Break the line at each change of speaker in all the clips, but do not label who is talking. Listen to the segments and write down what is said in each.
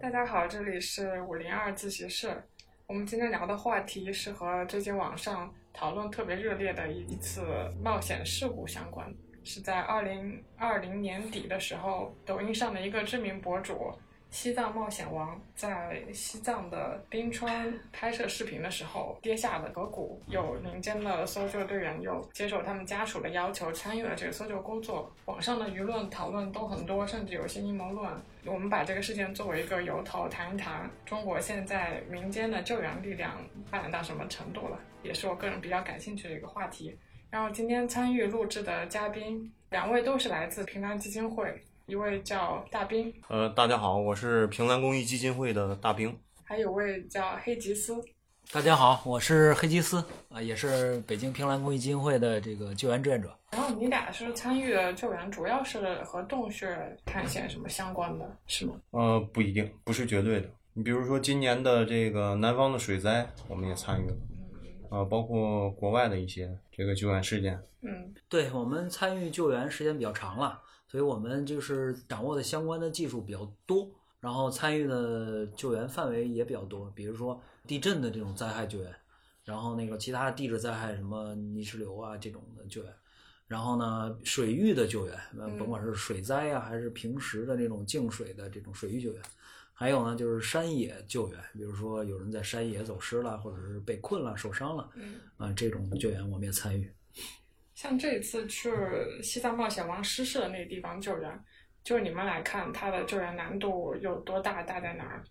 大家好，这里是五零二自习室。我们今天聊的话题是和最近网上讨论特别热烈的一次冒险事故相关，是在二零二零年底的时候，抖音上的一个知名博主“西藏冒险王”在西藏的冰川拍摄视频的时候跌下了河谷，有民间的搜救队员又接受他们家属的要求参与了这个搜救工作。网上的舆论讨论都很多，甚至有些阴谋论。我们把这个事件作为一个由头谈一谈，中国现在民间的救援力量发展到什么程度了，也是我个人比较感兴趣的一个话题。然后今天参与录制的嘉宾，两位都是来自平安基金会，一位叫大兵，
呃，大家好，我是平兰公益基金会的大兵。
还有位叫黑吉斯。
大家好，我是黑吉斯啊，也是北京平兰公益基金会的这个救援志愿者。
然后你俩是参与的救援，主要是和洞穴探险什么相关的，是吗？
呃，不一定，不是绝对的。你比如说今年的这个南方的水灾，我们也参与了，呃，包括国外的一些这个救援事件。
嗯
对我们参与救援时间比较长了，所以我们就是掌握的相关的技术比较多，然后参与的救援范围也比较多，比如说地震的这种灾害救援，然后那个其他地质灾害什么泥石流啊这种的救援，然后呢水域的救援，呃
嗯
甭管是水灾呀、还是平时的这种净水的这种水域救援。还有呢，就是山野救援，比如说有人在山野走失了，或者是被困了、受伤了，
嗯。
啊、这种救援我们也参与。
像这一次去西藏冒险王失事的那个地方救援，就你们来看，它的救援难度有多大，大在哪儿？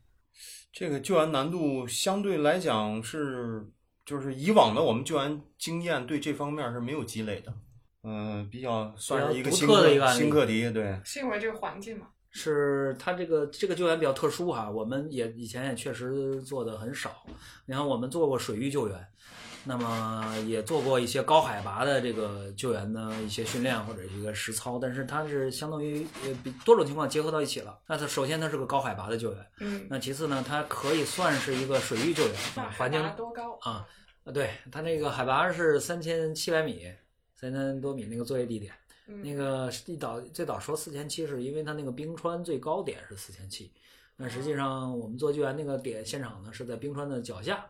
这个救援难度相对来讲是，就是以往的我们救援经验对这方面是没有积累的，嗯、比较算是一个
比较
新
独特的一个
课
案例
新课题，对，
是因为这个环境嘛？
是它这个这个救援比较特殊哈，我们也以前也确实做的很少。你看，我们做过水域救援，那么也做过一些高海拔的这个救援的一些训练或者一个实操，但是它是相当于呃比多种情况结合到一起了。那它首先它是个高海拔的救援，
嗯，
那其次呢，它可以算是一个水域救援，
那
啊
海
环境
拔多高？
啊，啊对，它那个海拔是三千七百米，三千多米那个作业地点。那
嗯，
个最早最早说四千七，是因为它那个冰川最高点是四千七，但实
哦
际上我们做救援那个点现场呢是在冰川的脚下，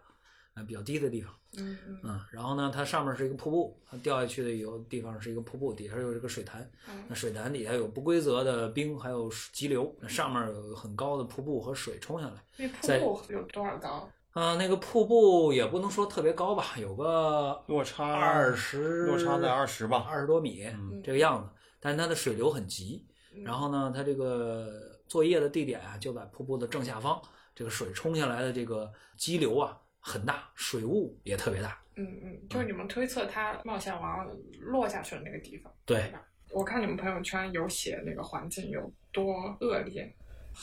呃比较低的地方，
嗯嗯
嗯，然后呢它上面是一个瀑布，它掉下去的有地方是一个瀑布，底下有这个水潭，
嗯
那水潭底下有不规则的冰，还有水急流，那上面有很高的瀑布和水冲下来。
那
在
瀑布有多少高？
啊、那个瀑布也不能说特别高吧，有个
落差
二十，
落差在二十吧，
二十多米、
嗯
这个样子，但是它的水流很急，
嗯
然后呢，它这个作业的地点啊，就在瀑布的正下方，这个水冲下来的这个激流啊很大，水雾也特别大。
嗯嗯，就是你们推测它冒险王落下去的那个地方。
对，
我看你们朋友圈有写那个环境有多恶劣。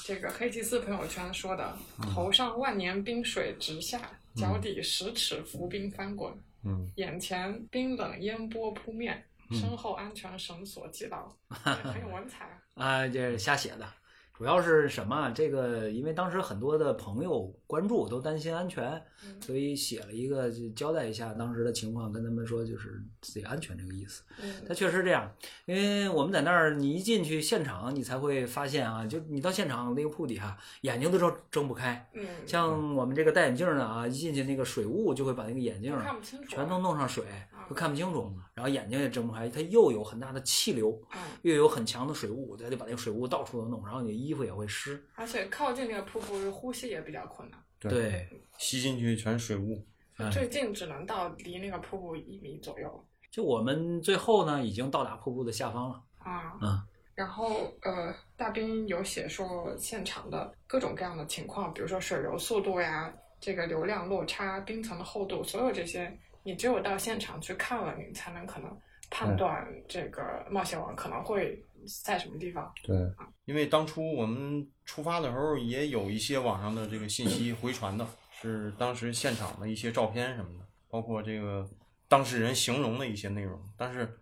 这个黑吉斯朋友圈说的：“
嗯
头上万年冰水直下，脚底十尺浮冰翻滚，
嗯。
眼前冰冷烟波扑面，
嗯
身后安全绳索系 牢。也很有文采啊。
啊，这是瞎写的，主要是什么啊？这个因为当时很多的朋友关注，都担心安全，
嗯
所以写了一个就交代一下当时的情况，跟他们说就是自己安全这个意思。它
嗯
确实这样，因为我们在那儿，你一进去现场，你才会发现啊，就你到现场那个铺底下，眼睛都睁睁不开。
嗯，
像我们这个戴眼镜的啊，一进去那个水雾就会把那个眼镜
都
啊
看不清楚啊，
全都弄上水
啊，
会看不清楚，然后眼睛也睁不开。它又有很大的气流，
嗯，
又有很强的水雾，它就把那个水雾到处都弄，然后你的衣服也会湿。
而且靠近那个瀑布，呼吸也比较困难。
对
对，
吸进去全是水雾。
嗯
最近只能到离那个瀑布一米左右
就我们最后呢，已经到达瀑布的下方了。
啊。
嗯
然后呃，大兵有写说现场的各种各样的情况，比如说水流速度呀，这个流量落差、冰层的厚度，所有这些，你只有到现场去看了，你才能可能判断这个冒险王可能会在什么地方。
对，因为当初我们出发的时候，也有一些网上的这个信息回传的，是当时现场的一些照片什么的，包括这个当事人形容的一些内容。但是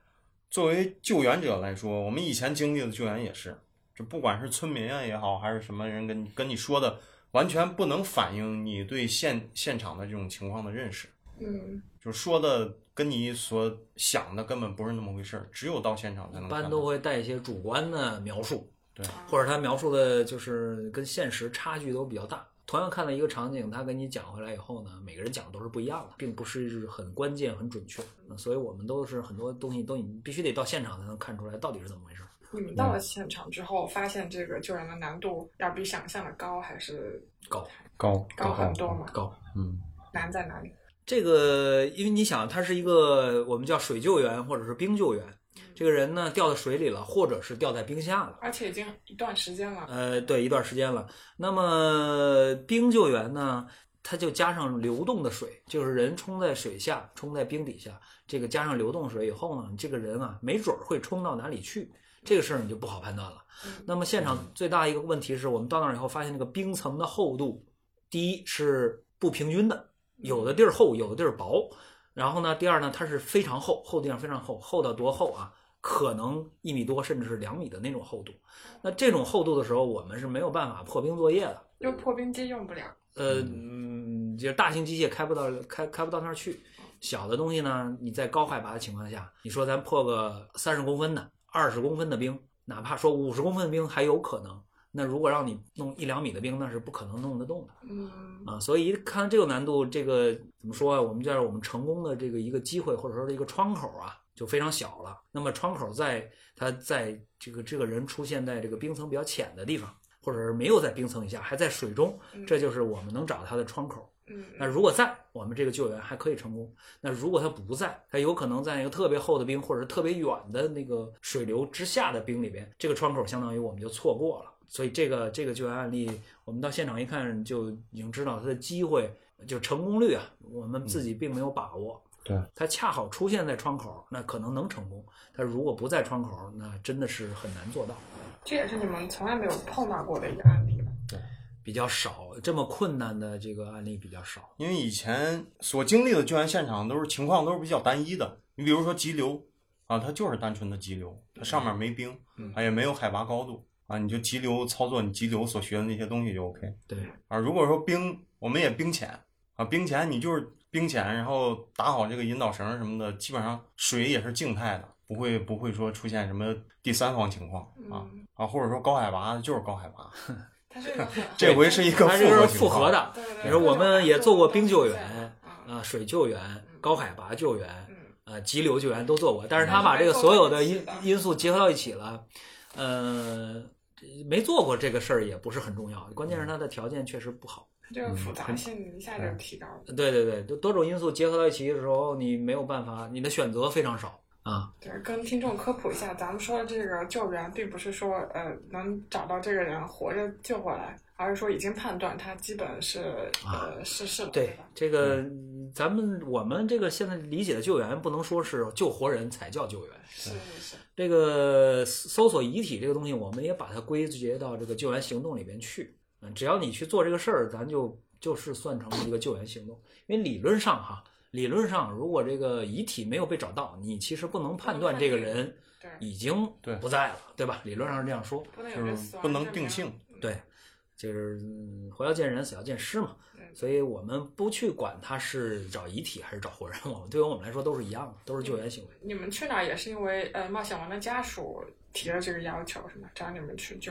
作为救援者来说，我们以前经历的救援也是，就不管是村民啊也好，还是什么人跟你跟你说的，完全不能反映你对现现场的这种情况的认识。
嗯
就说的跟你所想的根本不是那么回事儿，只有到现场才能
一
看
般
到
都会带一些主观的描述，
对
或者他描述的就是跟现实差距都比较大。同样看了一个场景，他跟你讲回来以后呢，每个人讲的都是不一样的，并不是很关键、很准确。嗯所以我们都是很多东西都你必须得到现场才能看出来到底是怎么回事。
你们到了现场之后，发现这个救援的难度要比想象的高，还是
高
高
高很多嘛？
高，
嗯，
难在哪里？
这个，因为你想，他是一个我们叫水救援或者是冰救援，这个人呢掉到水里了，或者是掉在冰下了。
而且已经一段时间了，
呃，对，一段时间了。那么冰救援呢，它就加上流动的水，就是人冲在水下，冲在冰底下，这个加上流动水以后呢，这个人啊，没准儿会冲到哪里去，这个事儿你就不好判断了。
嗯
那么现场最大一个问题是我们到那儿以后发现，这个冰层的厚度，第一是不平均的，有
嗯
的地儿厚，有的地儿薄。然后呢，第二呢，它是非常厚，厚地上非常厚，厚到多厚啊？可能一米多，甚至是两米的那种厚度。那这种厚度的时候，我们是没有办法破冰作业的。
用破冰机用不了，
呃，嗯，就是大型机械开不到，开开不到那儿去。小的东西呢，你在高海拔的情况下，你说咱破个三十公分的、二十公分的冰，哪怕说五十公分的冰还有可能。那如果让你弄一两米的冰，那是不可能弄得动的。
嗯，
啊，所以一看这个难度，这个怎么说啊？我们叫我们成功的这个一个机会，或者说是一个窗口啊，就非常小了。那么窗口在它在这个这个人出现在这个冰层比较浅的地方，或者是没有在冰层以下，还在水中，
嗯
这就是我们能找他的窗口。
嗯，
那如果在，我们这个救援还可以成功；那如果他不在，他有可能在一个特别厚的冰，或者是特别远的那个水流之下的冰里边，这个窗口相当于我们就错过了。所以这个这个救援案例，我们到现场一看就已经知道它的机会就成功率啊，我们自己并没有把握。
对，
它恰好出现在窗口，那可能能成功；但如果不在窗口，那真的是很难做到。
这也是你们从来没有碰到过的一个案例吧？
比较少，这么困难的这个案例比较少。
因为以前所经历的救援现场都是情况都是比较单一的，你比如说急流啊，它就是单纯的急流，它上面没冰
嗯，
啊也没有海拔高度啊，你就急流操作你急流所学的那些东西就 OK
对，
啊。如果说冰，我们也冰潜啊，冰潜你就是冰潜，然后打好这个引导绳什么的，基本上水也是静态的，不会不会说出现什么第三方情况啊
嗯，
啊，或者说高海拔就是高海拔，
它是一个很
这回是一个
它这个是
复
复合
合
的，
对对对，
你说我们也做过冰救援
啊，
啊，水救援、高海拔救援、
嗯，
呃，急流救援都做过，但是
嗯
他把这个所有的因
嗯
因素结合到一起了，呃，没做过这个事儿也不是很重要，关键是他的条件确实不好。
这个复杂
嗯
性一下就提高了。
对对对，多多种因素结合到一起的时候，你没有办法，你的选择非常少
嗯
啊。
对，跟听众科普一下，咱们说的这个救援，并不是说呃能找到这个人活着救回来，而是说已经判断他基本是呃逝世了，
啊对
吧？
这个，咱们我们这个现在理解的救援，不能说是救活人才叫救援，
是是是，
这个搜索遗体这个东西，我们也把它归结到这个救援行动里边去。嗯，只要你去做这个事儿，咱就就是算成一个救援行动。因为理论上哈，理论上如果这个遗体没有被找到，你其实不能判断这个人
对，
已经
对
不在了，对吧？理论上是这样说。
不能有
就
这
是
死亡
不能
证
定
明
性。
对，就是嗯活要见人，死要见尸嘛。
嗯
所以我们不去管他是找遗体还是找活人，我们对于我们来说都是一样的，都是救援行为。
你们去哪儿也是因为呃冒险王的家属提了这个要求是吗？找你们去救。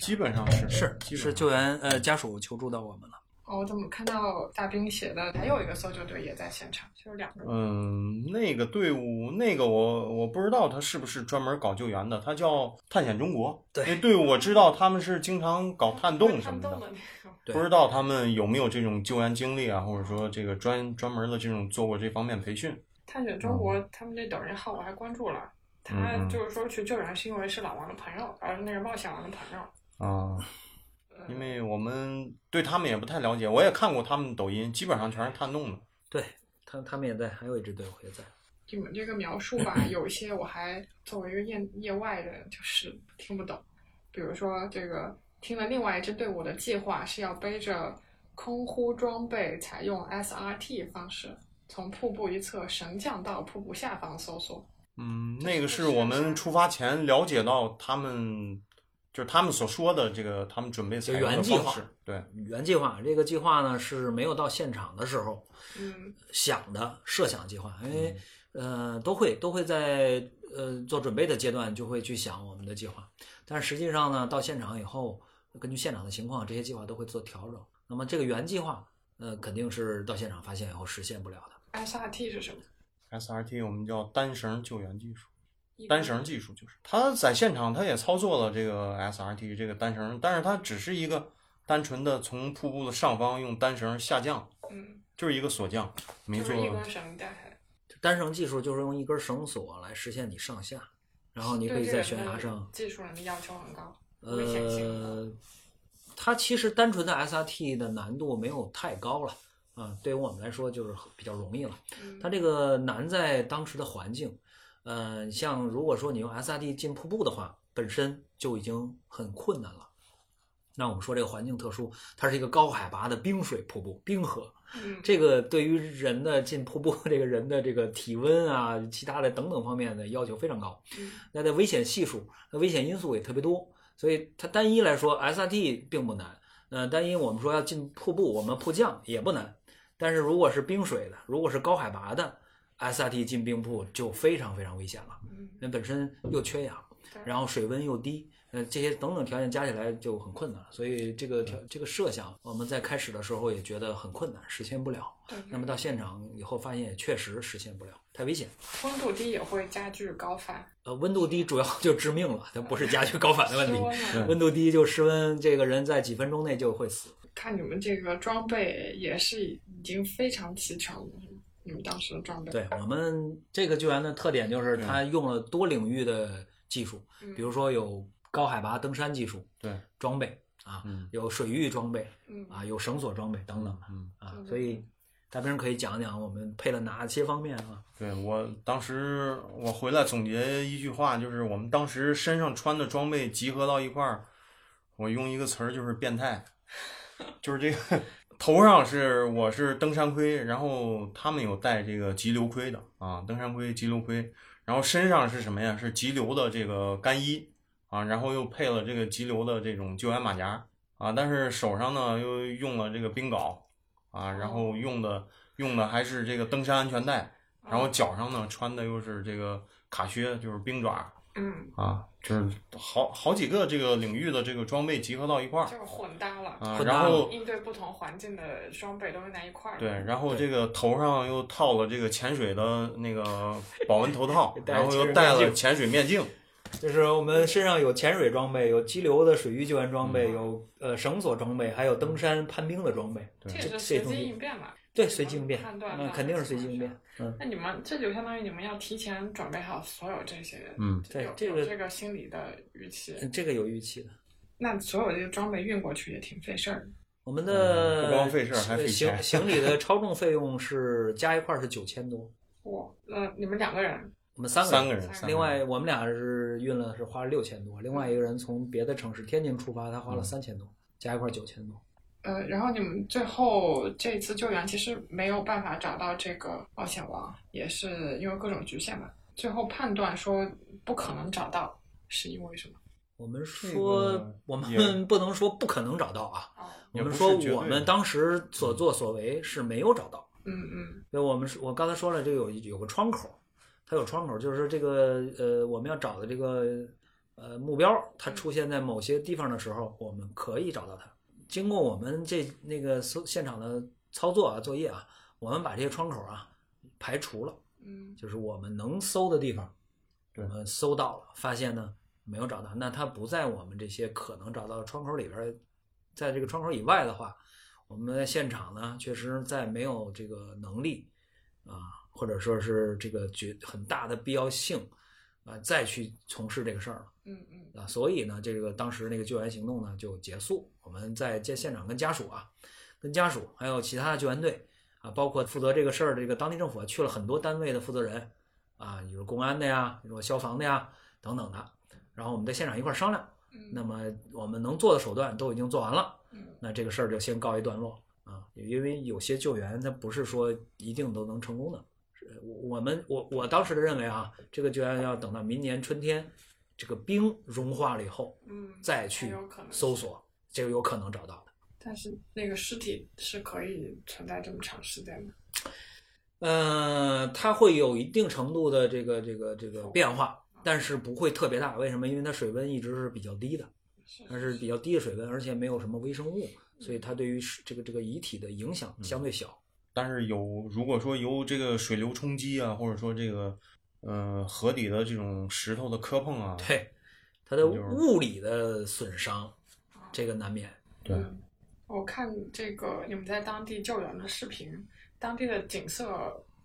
基本上是
是
基本
是
上
救援呃家属求助到我们了。
哦，我怎么看到大兵写的还有一个搜救队也在现场，就是两个人。
嗯，那个队伍，那个我我不知道他是不是专门搞救援的，他叫探险中国。
对
那队伍我知道他们是经常搞哦探洞什
探
么
洞
的，
的那种。
对
不知道他们有没有这种救援经历啊，或者说这个专专门的这种做过这方面培训。
探险中国他们那抖音号我还关注了，他
哦嗯嗯
就是说去救援是因为是老王的朋友，而那个冒险王的朋友。
啊，
呃
因为我们对他们也不太了解，我也看过他们抖音，基本上全是探洞的。
对他，他们也在，还有一支队伍也在。
你们这个描述 吧，有一些我还作为一个业业外人，就是听不懂。比如说，这个听了另外一支队伍的计划是要背着空呼装备，采用 SRT 方式，从瀑布一侧绳降到瀑布下方搜索。
嗯，那个是我们出发前了解到他们就是他们所说的这个他们准备采用
原
的
计划
方式，对，
原计划这个计划呢是没有到现场的时候，
嗯
想的设想计划，因为、呃都会都会在呃做准备的阶段就会去想我们的计划，但实际上呢，到现场以后，根据现场的情况，这些计划都会做调整。那么这个原计划，呃，肯定是到现场发现以后实现不了的。
，SRT 是什么？
SRT 我们叫单绳救援技术，
一
单绳技术就是他在现场他也操作了这个 SRT 这个单绳，但是它只是一个单纯的从瀑布的上方用单绳下降，
嗯，
就是一个锁降，没
就
做
是一根绳带，
单绳技术就是用一根绳索来实现你上下，然后你可
对
以
这个
在悬崖上，
技术人的要求很高，危险性很高。
呃，它其实单纯的 SRT 的难度没有太高了，啊、对于我们来说就是比较容易了。
嗯
它这个难在当时的环境，呃，像如果说你用 SRT 进瀑布的话，本身就已经很困难了。那我们说这个环境特殊，它是一个高海拔的冰水瀑布、冰河，
嗯，
这个对于人的进瀑布，这个人的这个体温啊，其他的等等方面的要求非常高。
嗯
那在危险系数、那危险因素也特别多，所以它单一来说，SRT 并不难。呃，单一我们说要进瀑布，我们瀑降也不难，但是如果是冰水的，如果是高海拔的，SRT 进冰瀑就非常非常危险了，
嗯
因为本身又缺氧，
对
然后水温又低，呃，这些等等条件加起来就很困难了。所以这个条这个设想，我们在开始的时候也觉得很困难，实现不了。
对
那么到现场以后，发现也确实实现不了，太危险。
温度低也会加剧高反，
呃，温度低主要 就致命了，它不是加剧高反的问
说
题。
嘛，
温度低就失温，这个人在几分钟内就会死。
看你们这个装备也是已经非常齐全了，是吗你们当时的装备。
对我们这个救援的特点就是，它用了多领域的技术，
嗯，
比如说有高海拔登山技术
对，
装备啊，
嗯
有水域装备
嗯
啊，有绳索装备等等
嗯。
啊
嗯，
所以大兵可以讲讲我们配了哪些方面啊？
对我当时我回来总结一句话，就是我们当时身上穿的装备集合到一块儿，我用一个词儿就是变态，就是这个头上是我是登山盔，然后他们有戴这个急流盔的啊，登山盔、急流盔，然后身上是什么呀？是急流的这个干衣啊，然后又配了这个急流的这种救援马甲啊，但是手上呢又用了这个冰镐啊，然后用的用的还是这个登山安全带。然
哦
后脚上呢穿的又是这个卡靴，就是冰爪
嗯，
啊，就是好好几个这个领域的这个装备集合到一块儿
就是混搭了，
啊，
混搭
然后
嗯应对不同环境的装备都用在一块儿。
对，，然后
对，
这个头上又套了这个潜水的那个保温头套
戴
然
着
后又
潜水
戴
面
了
镜
潜水面镜，
就是我们身上有潜水装备，有激流的水域救援装备，
嗯
有呃绳索装备，还有登山攀冰的装备。
这
对
也是
这
随
东西
机应变嘛。
对，随机应变，
判断
那肯定是随机应变。嗯，
那你们这就相当于你们要提前准备好所有这些，
嗯，
对
有
这个嗯
有这个心理的预期。
这个有预期的。
那所有这些装备运过去也挺费事儿的。
我们
嗯
的
不光费事儿还费
行
钱
行李的超重费用是加一块儿是九千多，
我，呃，你们两个人，
我们三个
三个
人
人，三个人
另外，我们俩是运了，是花了六千多。另外一个人从别的城市天津出发，他花了
嗯
三千多，加一块九千多。
呃，然后你们最后这次救援其实没有办法找到这个冒险王，也是因为各种局限吧。最后判断说不可能找到，是因为什么？
我们
这
说
个，
我
也
们不能说不可能找到啊，
哦，
我
也不
们
是
说
绝对
我们
的嗯
当时所作所为是没有找到。
嗯嗯
对，我们是我刚才说了，这个有一有个窗口，它有窗口，就是这个呃我们要找的这个呃目标，它出现在某些地方的时候，我们可以找到它。经过我们这那个搜现场的操作啊作业啊，我们把这些窗口啊排除了，
嗯
就是我们能搜的地方，我
对
们搜到了，发现呢没有找到，那它不在我们这些可能找到的窗口里边儿，在这个窗口以外的话，我们在现场呢确实在没有这个能力啊，或者说是这个绝很大的必要性啊，再去从事这个事儿了。
嗯嗯
啊，所以呢，这个当时那个救援行动呢就结束。我们在现现场跟家属啊，跟家属还有其他的救援队啊，包括负责这个事儿的这个当地政府啊去了很多单位的负责人啊，比如公安的呀，比如消防的呀等等的。然后我们在现场一块儿商量，
嗯。
那么我们能做的手段都已经做完了，
嗯
那这个事儿就先告一段落啊。因为有些救援它不是说一定都能成功的。是我我们我我当时的认为啊，这个救援要等到明年春天这个冰融化了以后
嗯，
再去
有可能
搜索，这个有可能找到的。
但是那个尸体是可以存在这么长时间的。
嗯，它会有一定程度的这个这个这个变
啊
化，但是不会特别大。为什么？因为它水温一直是比较低的，
是嗯
它是比较低的水温，而且没有什么微生物，所以它对于是这个这个遗体的影响相对小。
但是有如果说由这个水流冲击啊，或者说这个呃河底的这种石头的磕碰啊，
对，它的
就是
物理的损
哦
伤，这个难免。
对
嗯，我看这个你们在当地救援的视频，当地的景色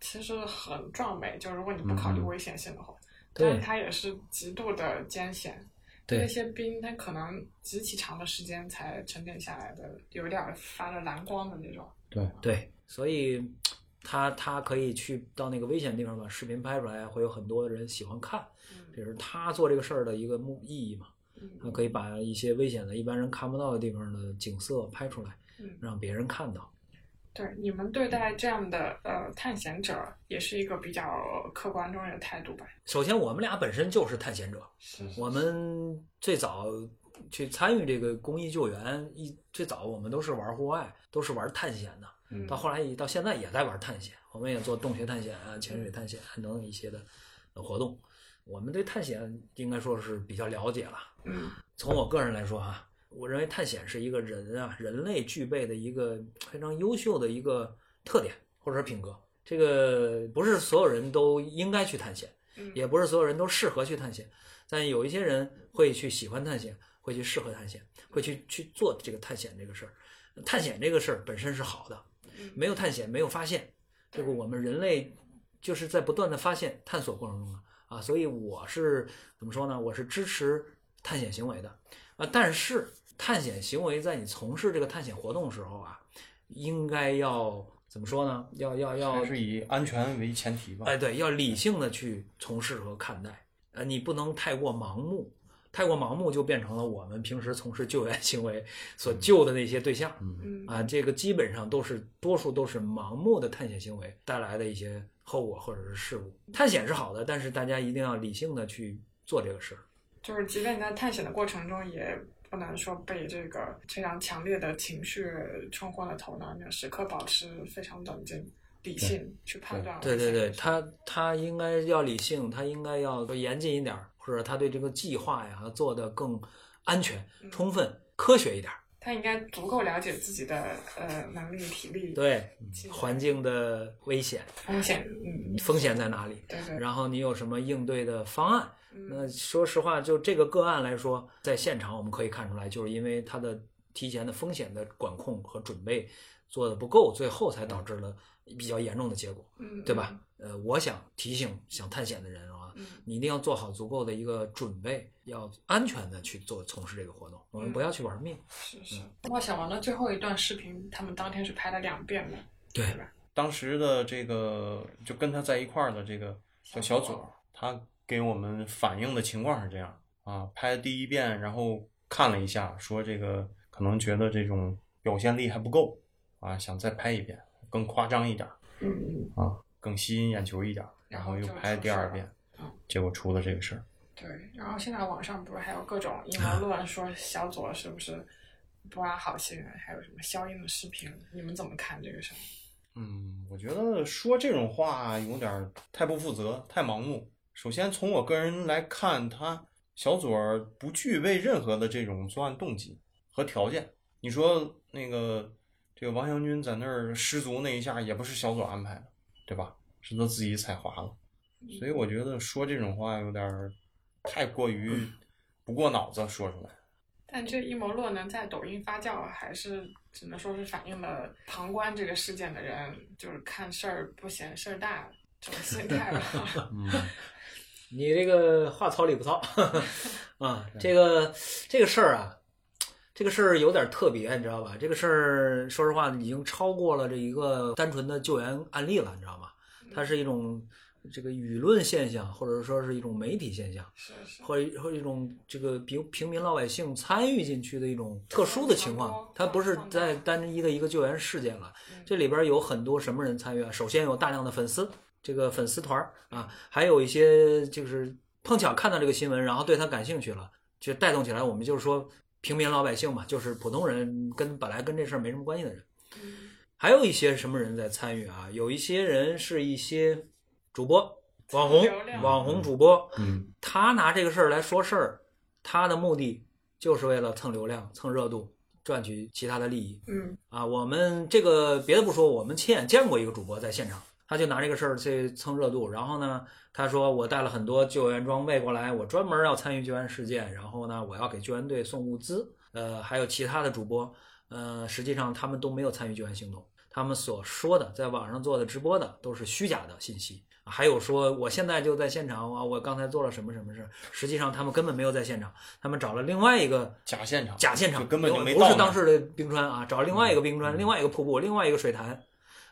其实很壮美，就如果你不考虑
嗯
危险性的话，
对
但是它也是极度的艰险。
对
那些冰，它可能极其长的时间才沉淀下来的，有点儿发着蓝光的那种。
对，
对，所以他他可以去到那个危险地方把视频拍出来，会有很多人喜欢看，这
嗯
是他做这个事儿的一个目意义嘛。他
嗯
可以把一些危险的、一般人看不到的地方的景色拍出来，
嗯，
让别人看到。
对，你们对待这样的呃探险者，也是一个比较客观中立的态度吧？
首先，我们俩本身就是探险者，
是
我们最早去参与这个公益救援，一最早我们都是玩户外，都是玩探险的。
嗯
到后来也到现在也在玩探险，我们也做洞穴探险啊、潜水探险啊等等一些的呃活动。我们对探险应该说是比较了解了。
嗯
从我个人来说啊，我认为探险是一个人啊，人类具备的一个非常优秀的一个特点或者说品格。这个不是所有人都应该去探险，
嗯，
也不是所有人都适合去探险，但有一些人会去喜欢探险，会去适合探险，会去去做这个探险这个事儿。探险这个事儿本身是好的，
嗯
没有探险，没有发现，这个我们人类就是在不断的发现、探索过程中啊啊，所以我是怎么说呢？我是支持探险行为的啊，但是探险行为在你从事这个探险活动的时候啊，应该要怎么说呢？要要要
还是以安全为前提吧。
哎，对，要理性的去从事和看待，呃，你不能太过盲目，太过盲目就变成了我们平时从事救援行为所救的那些对象
嗯，
嗯
啊，这个基本上都是多数都是盲目的探险行为带来的一些后果或者是事故。探险是好的，但是大家一定要理性的去做这个事儿。
就是即便你在探险的过程中，也不能说被这个非常强烈的情绪冲昏了头脑，你要时刻保持非常冷静、理性去判断。
对对对，他他应该要理性，他应该要严谨一点儿，或者他对这个计划呀做的更安全、
嗯
充分、科学一点儿。
他应该足够了解自己的呃能力、体力、
对，
技能
环境的危险
风险，嗯，
风险在哪里，
对对，
然后你有什么应对的方案。那
嗯
说实话，就这个个案来说，在现场我们可以看出来，就是因为它的提前的风险的管控和准备做的不够，最后才导致了比较严重的结果，
嗯，
对吧？呃，我想提醒想探险的人啊，
嗯？
你一定要做好足够的一个准备，要安全的去做从事这个活动，我们不要去玩命。
嗯，是是。哇，小王的最后一段视频，他们当天是拍了两遍的，
对
对吧？
当时的这个就跟他在一块儿的这个叫小左，他给我们反映的情况是这样啊，拍第一遍，然后看了一下，说这个可能觉得这种表现力还不够啊，想再拍一遍，更夸张一点儿
嗯嗯，
啊，更吸引眼球一点儿，然后又拍第二遍
嗯，
结果出了这个事儿。
对。然后现在网上不是还有各种阴谋
啊
论，说小左是不是不安好心人，还有什么消音的视频，你们怎么看这个事儿？
嗯，我觉得说这种话有点儿太不负责，太盲目。首先，从我个人来看，他小左儿不具备任何的这种作案动机和条件。你说那个这个王祥军在那儿失足那一下，也不是小左安排的，对吧？是他自己踩滑了。
嗯
所以我觉得说这种话有点儿太过于不过脑子说出来。
但这阴谋论能在抖音发酵，还是只能说是反映了旁观这个事件的人，就是看事儿不嫌事儿大这种心态吧。
嗯，
你这个话糙理不糙啊！这个这个事儿啊，这个事儿有点特别，你知道吧？这个事儿说实话已经超过了这一个单纯的救援案例了，你知道吗？它是一种这个舆论现象，或者说是一种媒体现象，
是是，
或者或者一种这个平平民老百姓参与进去的一种特殊的情况。它不是在单一的一个救援事件了。
嗯
这里边有很多什么人参与啊？首先有大量的粉丝，这个粉丝团儿啊，还有一些就是碰巧看到这个新闻，然后对它感兴趣了，就带动起来。我们就是说平民老百姓嘛，就是普通人跟本来跟这事儿没什么关系的人。
嗯
还有一些什么人在参与啊？有一些人是一些主播、网红
流、量
网红主播，
嗯
他拿这个事儿来说事儿，他的目的就是为了蹭流量、蹭热度，赚取其他的利益。
嗯
啊，我们这个别的不说，我们亲眼见过一个主播在现场，他就拿这个事儿去蹭热度。然后呢，他说我带了很多救援装备过来，我专门要参与救援事件。然后呢，我要给救援队送物资。呃，还有其他的主播，呃，实际上他们都没有参与救援行动，他们所说的在网上做的直播的都是虚假的信息。啊还有说我现在就在现场啊，我刚才做了什么什么事儿，实际上他们根本没有在现场，他们找了另外一个
假现场，
假现
啊
场，
就根本就没
不
到
是
那
当
儿
时的冰川啊，找另外一个冰川、
嗯
另外一个瀑布、另外一个水潭。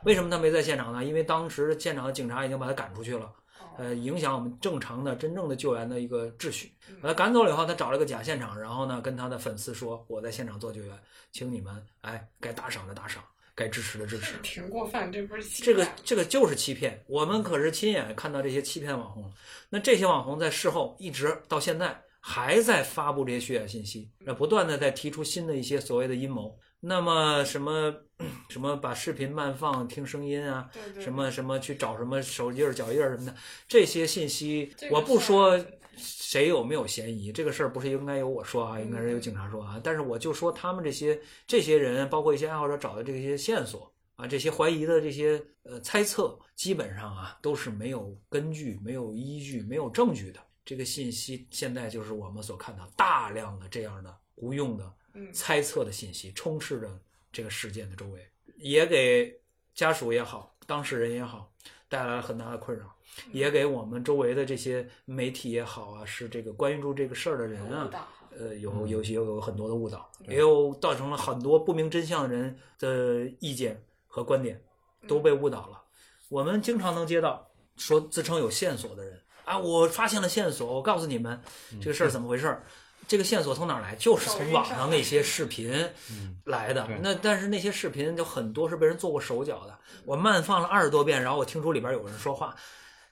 为什么他没在现场呢？因为当时现场的警察已经把他赶出去了，
哦
呃，影响我们正常的、真正的救援的一个秩序。
嗯
把他赶走了以后，他找了个假现场，然后呢，跟他的粉丝说：“我在现场做救援，请你们哎，该打赏的打赏，该支持的支持。”
挺过分，这不是欺
这个
诈
这个就是欺骗，我们可是亲眼看到这些欺骗网红。那这些网红在事后一直到现在还在发布这些虚假信息，那不断的在提出新的一些所谓的阴谋。那么什么 什么把视频慢放、听声音啊，
对对
什么什么去找什么手印儿、脚印儿什么的，这些信息
这，个
我不
是
说谁有没有嫌疑，这个事儿不是应该由我说啊，应该是由
嗯
警察说啊。但是我就说他们这些这些人，包括一些爱好者找的这些线索啊，这些怀疑的这些呃猜测，基本上啊都是没有根据、没有依据、没有证据的。这个信息现在就是我们所看到大量的这样的无用的
嗯
猜测的信息充斥着这个事件的周围，也给家属也好，当事人也好，带来了很大的困扰，也给我们周围的这些媒体也好啊，是这个关注这个事儿的人
误
啊，
导
呃，有有些有很多的误导，也有造成了很多不明真相的人的意见和观点都被误导了。我们经常能接到说自称有线索的人啊，我发现了线索，我告诉你们这个事儿怎么回事儿。这个线索从哪儿来？就是从网上那些视频
嗯
来的
对。
那但是那些视频有很多是被人做过手脚的。我慢放了二十多遍，然后我听出里边有人说话。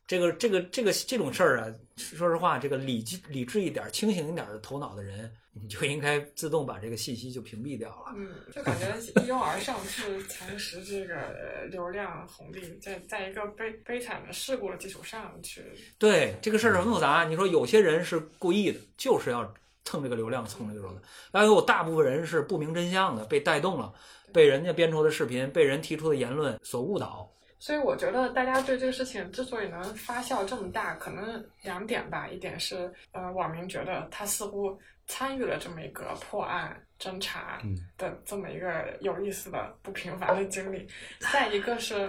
这个这个这个这种事儿啊，说实话，这个理智理智一点、清醒一点的头脑的人，你就应该自动把这个信息就屏蔽掉了。
嗯，就感觉 一拥而上是蚕食这个呃流量红利，在在一个悲悲惨的事故的基础上去，
对这个事儿很复杂，你说有些人是故意的，就是要蹭这个流量，蹭这个流量，还有大部分人是不明真相的，被带动了，被人家编出的视频，被人提出的言论所误导。
所以我觉得大家对这个事情之所以能发酵这么大，可能两点吧。一点是，呃，网民觉得他似乎参与了这么一个破案侦查
嗯
的这么一个有意思的、不平凡的经历；再一个是，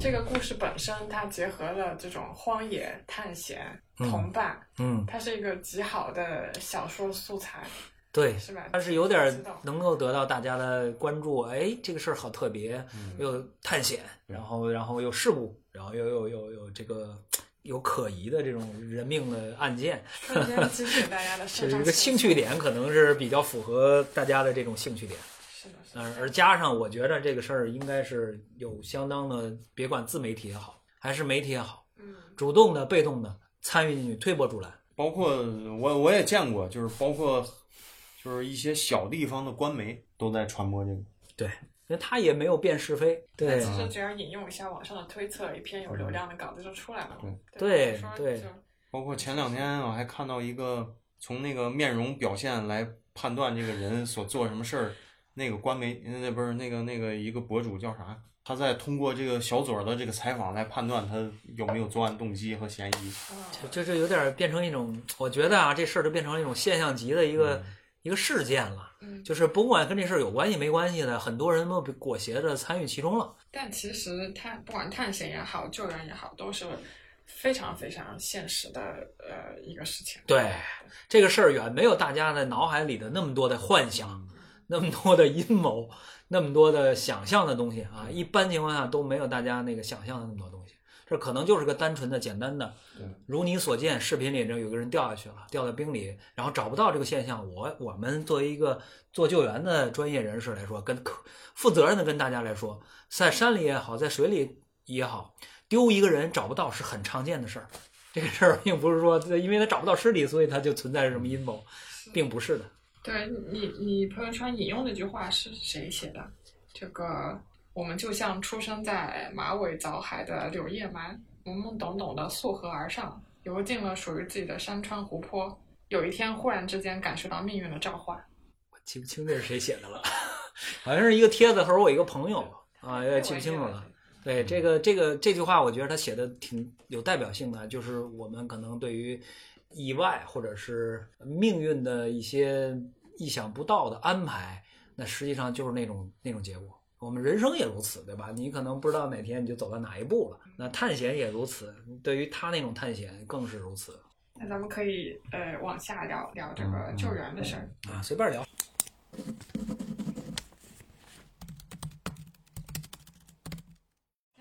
这个故事本身它结合了这种荒野探险、
嗯
同伴，
嗯，
它是一个极好的小说素材，
对，
是吧？
但是有点
知道
能够得到大家的关注，哎，这个事儿好特别，又探险，然后然后又事故，然后又又又又这个有可疑的这种人命的案件，
瞬间激起大家 的
这
肾上
是一个
腺
兴趣点，可能是比较符合大家的这种兴趣点。
素。是的，是的
嗯，而加上我觉得这个事儿应该是有相当的，别管自媒体也好，还是媒体也好，
嗯
主动的、被动的参与进去，推波助澜。
包括我我也见过，就是包括就是一些小地方的官媒都在传播这个。
因为他也没有辨是非，对
其实只要引用一下网上的推测，一篇有流量的稿子就出来了。
对
所以说
对
就
包括前两天我还看到一个从那个面容表现来判断这个人所做什么事儿，那个官媒嗯那不是那个那个一个博主叫啥？他在通过这个小左的这个采访来判断他有没有作案动机和嫌疑。
嗯，
就是有点变成一种，我觉得啊，这事儿就变成了一种现象级的一个、一个事件了。
嗯
就是甭管跟这事儿有关系没关系的，很多人都被裹挟着参与其中了。
但其实探不管探险也好，救援也好，都是非常非常现实的呃一个事情。
对，这个事儿远没有大家的脑海里的那么多的幻想，那么多的阴谋，那么多的想象的东西啊。一般情况下都没有大家那个想象的那么多东西。这可能就是个单纯的、简单的
对，
如你所见，视频里这有个人掉下去了，掉在冰里，然后找不到这个现象。我我们作为一个做救援的专业人士来说，跟可负责任的跟大家来说，在山里也好，在水里也好，丢一个人找不到是很常见的事儿。这个事儿并不是说因为他找不到尸体，所以他就存在着什么阴谋，并不是的。
对你，你朋友圈引用那句话是谁写的？这个我们就像出生在马尾藻海的柳叶鳗，懵懵懂懂的溯河而上，游进了属于自己的山川湖泊。有一天，忽然之间感受到命运的召唤。
我记不清这是谁写的了， 好像是一个帖子，或者我一个朋友啊，有点记不清楚了。对这个这个这句话，我觉得他写的挺有代表性的，就是我们可能对于意外或者是命运的一些意想不到的安排，那实际上就是那种那种结果。我们人生也如此，对吧？你可能不知道哪天你就走到哪一步了。那探险也如此，对于他那种探险更是如此
那咱们可以呃往下聊聊这
嗯
个救援的事儿。
啊！随便聊，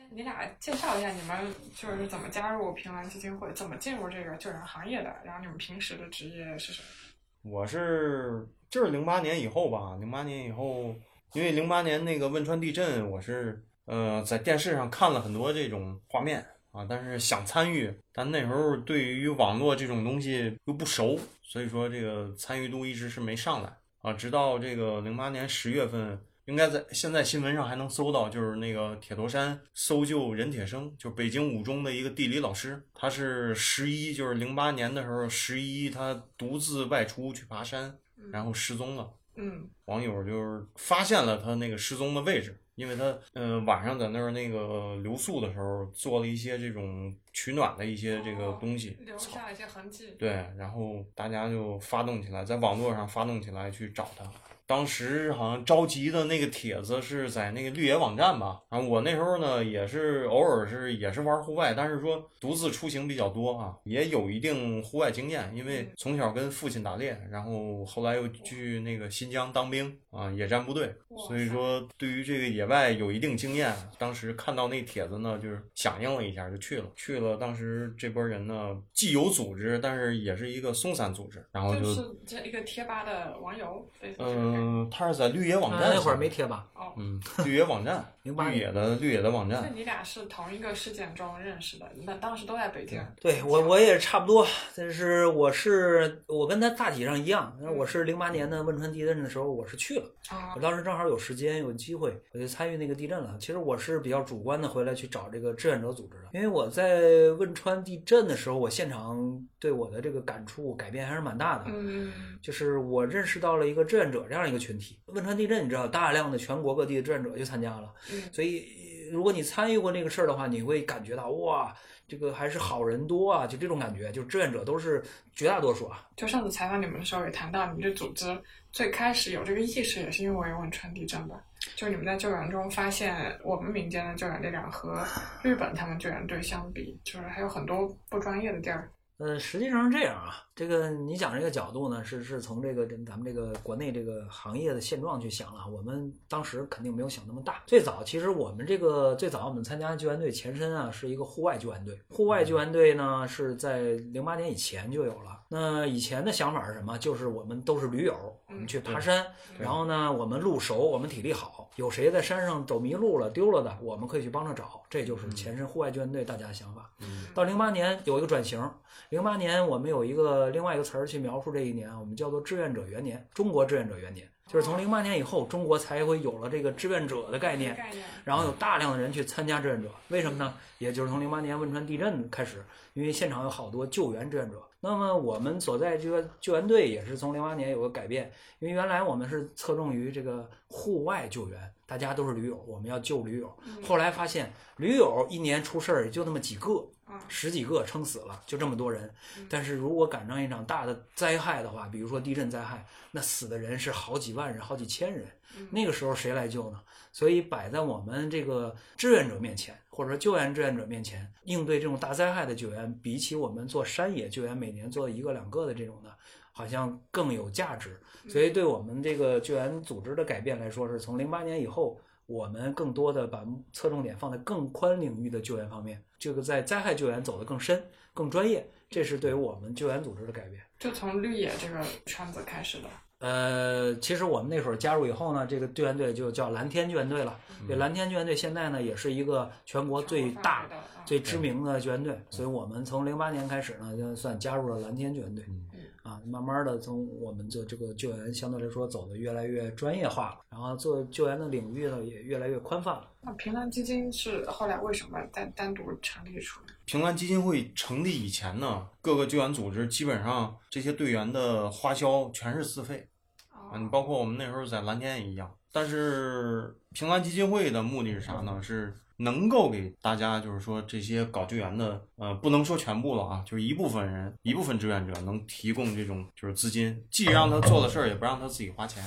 你俩介绍一下你们就是怎么加入平安基金会，怎么进入这个救援行业的，然后你们平时的职业是什么？
我是就是零八年以后吧，零八年以后，因为零八年那个汶川地震，我是呃在电视上看了很多这种画面啊，但是想参与，但那时候对于网络这种东西又不熟，所以说这个参与度一直是没上来啊。直到这个零八年十月份，应该在现在新闻上还能搜到，就是那个铁头山搜救任铁生，就是北京五中的一个地理老师，他是十一，就是零八年的时候，十一他独自外出去爬山，然后失踪了。
嗯
网友就是发现了他那个失踪的位置，因为他嗯、呃晚上在那儿那个留宿的时候做了一些这种取暖的一些这个东西，
留
草
下一些痕迹。
对，然后大家就发动起来，在网络上发动起来去找他。当时好像着急的那个帖子是在那个绿野网站吧，然后我那时候呢也是偶尔是也是玩户外，但是说独自出行比较多啊，也有一定户外经验，因为从小跟父亲打猎，然后后来又去那个新疆当兵啊，野战部队，所以说对于这个野外有一定经验。当时看到那帖子呢，就是响应了一下就去了，去了。当时这波人呢既有组织，但是也是一个松散组织，然后
就
就是
这一个贴吧的网友，对，就是这个
嗯，他是在绿野网站
啊
上，
那会儿没贴吧，
哦。
嗯，绿野网 站，
08
绿野的绿野的网
那
站，
你俩是同一个事件中认识的，那当时都在北京。
对我我也差不多，但是我是我跟他大体上一样，但是我是零八年的汶川地震的时候我是去了，
啊
我，当时正好有时间有机会，我就参与那个地震了。其实我是比较主观的回来去找这个志愿者组织的，因为我在汶川地震的时候，我现场对我的这个感触改变还是蛮大的。
嗯，
就是我认识到了一个志愿者这样一个群体。汶川地震，你知道，大量的全国各地的志愿者去参加了，
嗯
所以呃如果你参与过这个事儿的话，你会感觉到哇，这个还是好人多啊，就这种感觉，就志愿者都是绝大多数啊。
就上次采访你们的时候也谈到，你们这组织最开始有这个意识，也是因为汶川地震吧？就你们在救援中发现，我们民间的救援力量和日本他们救援队相比，就是还有很多不专业的地儿。
呃，实际上是这样啊，这个你讲这个角度呢，是是从这个咱们这个国内这个行业的现状去想了。我们当时肯定没有想那么大。最早其实我们这个最早我们参加救援队前身啊，是一个户外救援队。户外救援队呢是在零八年以前就有了。那以前的想法是什么？就是我们都是驴友，我们去爬山，
嗯对
然后呢我们路熟，我们体力好，有谁在山上走迷路了、丢了的，我们可以去帮着找。这
嗯
就是前身户外救援队大家的想法。
嗯
到零八年有一个转型，零八年我们有一个另外一个词儿去描述这一年，我们叫做志愿者元年，中国志愿者元年，就是从零八年以后，中国才会有了这个志愿者的概念，
概念。
然后有大量的人去参加志愿者，为什么呢？也就是从零八年汶川地震开始，因为现场有好多救援志愿者。那么我们所在这个救援队也是从零八年有个改变，因为原来我们是侧重于这个户外救援，大家都是驴友，我们要救驴友。后来发现驴友一年出事儿也就那么几个，
啊，
十几个撑死了，就这么多人
嗯。
但是如果赶上一场大的灾害的话，比如说地震灾害，那死的人是好几万人、好几千人
嗯。
那个时候谁来救呢？所以摆在我们这个志愿者面前，或者说救援志愿者面前，应对这种大灾害的救援，比起我们做山野救援，每年做一个两个的这种的，好像更有价值。所
嗯
以对我们这个救援组织的改变来说，是从零八年以后，我们更多的把侧重点放在更宽领域的救援方面，这个在灾害救援走得更深、更专业，这是对于我们救援组织的改变。
就从绿野这个圈子开始的。
呃，其实我们那会儿加入以后呢，这个救援队就叫蓝天救援队了。这蓝天救援队现在呢，也是一个嗯全国最大、
的啊
最知名的救援队，
嗯
所以我们从零八年开始呢，就算加入了蓝天救援队
嗯，
啊，慢慢的从我们就这个救援相对来说走的越来越专业化了，然后做救援的领域呢也越来越宽泛了。
那平安基金是后来为什么单单独成立出来？
平安基金会成立以前呢，各个救援组织基本上这些队员的花销全是自费，啊，你
哦，
包括我们那时候在蓝天也一样。但是平安基金会的目的是啥呢？是能够给大家，就是说这些搞救援的，呃，不能说全部了啊，就是一部分人、一部分志愿者能提供这种就是资金，既让他做的事儿，也不让他自己花钱，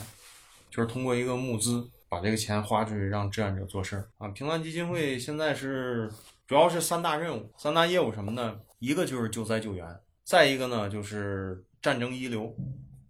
就是通过一个募资把这个钱花出去，让志愿者做事儿啊。平安基金会现在是主要是三大任务、三大业务什么呢？一个就是救灾救援，再一个呢就是战争遗留。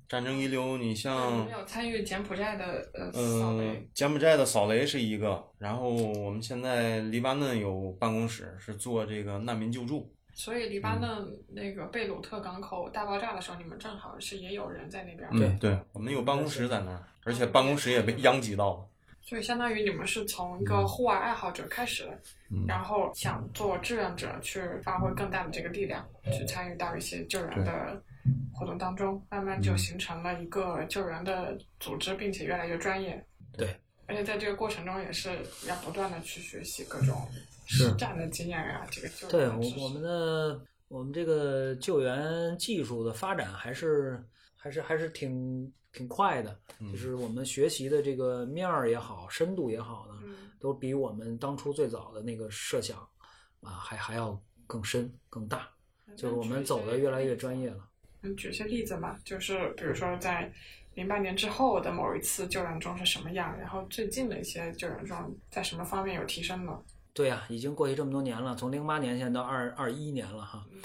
战争遗留，你
那
像
你没有参与柬埔寨的呃扫雷
嗯，柬埔寨的扫雷是一个，然后我们现在黎巴嫩有办公室，是做这个难民救助。
所以黎巴
嗯
嫩那个贝鲁特港口大爆炸的时候，你们正好是也有人在那边，
对
嗯对，我们有办公室在那儿，而且办公室也被殃及到了。
所以相当于你们是从一
嗯
个户外爱好者开始，
嗯
然后想做志愿者去发挥更大的这个力量，去参与到一些救援的活动当中，慢慢
嗯
就形成了一个救援的组织，并且越来越专业。
对，
而且在这个过程中也是要不断的去学习各种
是
实战的经验啊，这个救
对
嗯
援的知识
我我们的我们这个救援技术的发展还是还是还是挺挺快的，
嗯
就是我们学习的这个面儿也好，深度也好呢，
嗯，
都比我们当初最早的那个设想啊，还还要更深更大，就是我们走的越来越专业了。
能嗯举些例子吗？就是比如说在零八年之后的某一次救援中是什么样，然后最近的一些救援中在什么方面有提升呢？
对呀、已经过去这么多年了，从零八年现在到二二一年了哈。
嗯，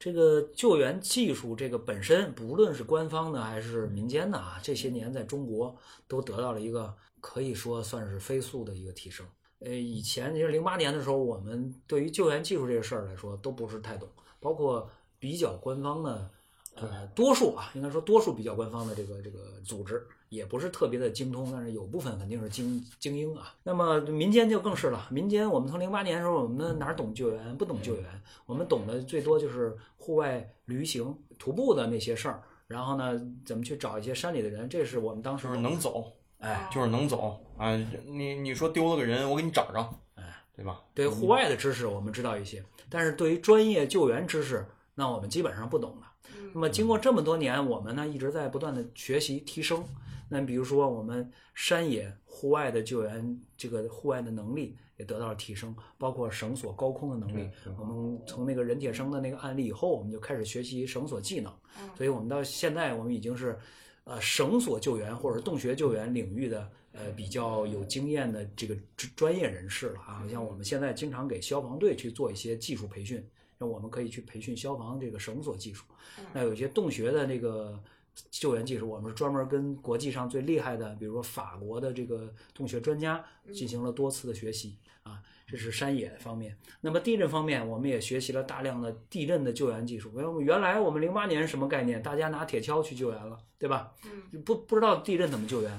这个救援技术这个本身，不论是官方的还是民间的啊，这些年在中国都得到了一个可以说算是飞速的一个提升。呃，以前其实零八年的时候，我们对于救援技术这个事儿来说都不是太懂，包括比较官方的，呃，多数啊，应该说多数比较官方的这个这个组织也不是特别的精通，但是有部分肯定是精精英啊。那么民间就更是了，民间我们从零八年的时候，我们哪儿懂救援？不懂救援，
嗯
我们懂得最多就是户外旅行、徒步的那些事儿。然后呢，怎么去找一些山里的人？这是我们当时
就是能走，
哎，
哦
就是能走啊！你你说丢了个人，我给你找着，
哎，
对吧？
对户外的知识我们知道一些，但是对于专业救援知识，那我们基本上不懂了。
嗯
那么经过这么多年，我们呢一直在不断的学习提升。那比如说我们山野户外的救援，这个户外的能力也得到了提升，包括绳索高空的能力
对对。
我们从那个任铁生的那个案例以后，我们就开始学习绳索技能。
嗯
所以我们到现在，我们已经是，呃，绳索救援或者是洞穴救援领域的呃比较有经验的这个专专业人士了啊。像我们现在经常给消防队去做一些技术培训，那我们可以去培训消防这个绳索技术
嗯。
那有一些洞穴的这个救援技术，我们是专门跟国际上最厉害的，比如说法国的这个洞穴专家进行了多次的学习啊。这是山野方面。那么地震方面，我们也学习了大量的地震的救援技术。因为我们原来我们零八年是什么概念？大家拿铁锹去救援了，对吧？
嗯
不不知道地震怎么救援。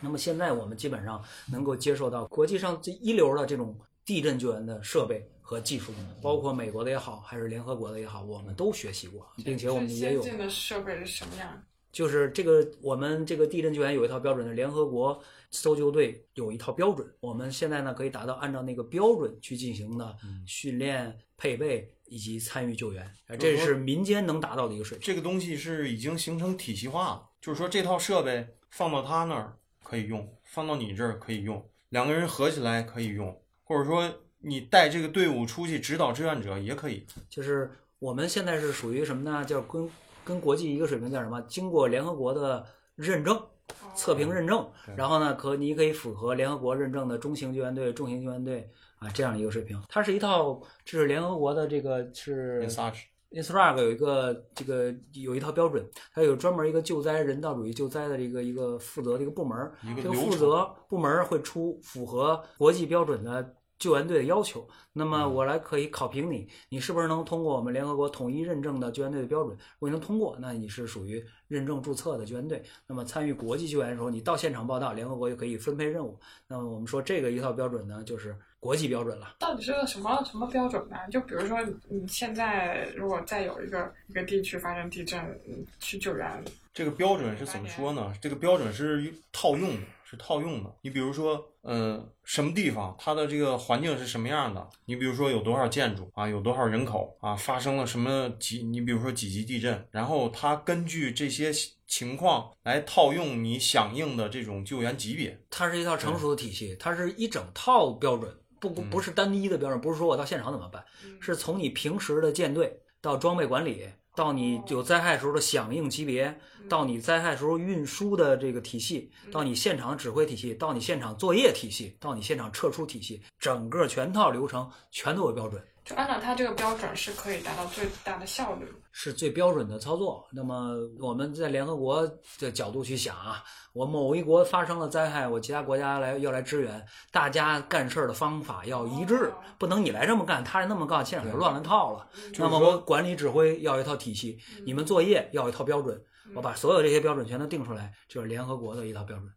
那么现在我们基本上能够接受到国际上这一流的这种地震救援的设备和技术，包括美国的也好，还是联合国的也好，我们都学习过，并且我们也有
最先进的设备是什么样？
就是这个，我们这个地震救援有一套标准，联合国搜救队有一套标准。我们现在呢，可以达到按照那个标准去进行呢训练、配备以及参与救援，呃这是民间能达到的一个水平。
这个东西是已经形成体系化了，就是说这套设备放到他那儿可以用，放到你这儿可以用，两个人合起来可以用，或者说你带这个队伍出去指导志愿者也可以。
就是我们现在是属于什么呢？叫跟跟国际一个水平，叫什么？经过联合国的认证，
哦
测评认证
对，
然后呢，可你可以符合联合国认证的中型救援队、重型救援队啊这样一个水平。它是一套，这是联合国的这个是
Massage
INSRAG 有一个这个有一套标准，它有专门一个救灾人道主义救灾的这个一个负责的一个部门儿，
一个
这个
流
负
程，
责部门儿会出符合国际标准的救援队的要求。那么我来可以考评你，你是不是能通过我们联合国统一认证的救援队的标准？如果你能通过，那你是属于认证注册的救援队。那么参与国际救援的时候，你到现场报道，联合国就可以分配任务。那么我们说这个一套标准呢，就是国际标准了。
到底是个什么什么标准呢？就比如说，你现在如果再有一个一个地区发生地震，嗯去救援，
这个标准是怎么说呢？这个标准是套用的，是套用的。你比如说，呃，什么地方它的这个环境是什么样的？你比如说有多少建筑啊，有多少人口啊，发生了什么几？你比如说几级地震，然后它根据这些情况来套用你响应的这种救援级别。
它是一套成熟的体系，它是一整套标准，不不不是单一的标准，不是说我到现场怎么办，
嗯
是从你平时的舰队到装备管理，到你有灾害时候的响应级别，
嗯
到你灾害时候运输的这个体系，到你现场指挥体系，到你现场作业体系，到你现场撤出体系，整个全套流程全都有标准。
就按照它这个标准是可以达到最大的效率。
是最标准的操作。那么我们在联合国的角度去想啊，我某一国发生了灾害，我其他国家来要来支援，大家干事儿的方法要一致
哦，
不能你来这么干，他来那么干，现场就乱了套了。
就是
那么
说
我管理指挥要一套体系，
嗯
你们作业要一套标准，我把所有这些标准全都定出来，就是联合国的一套标准。
嗯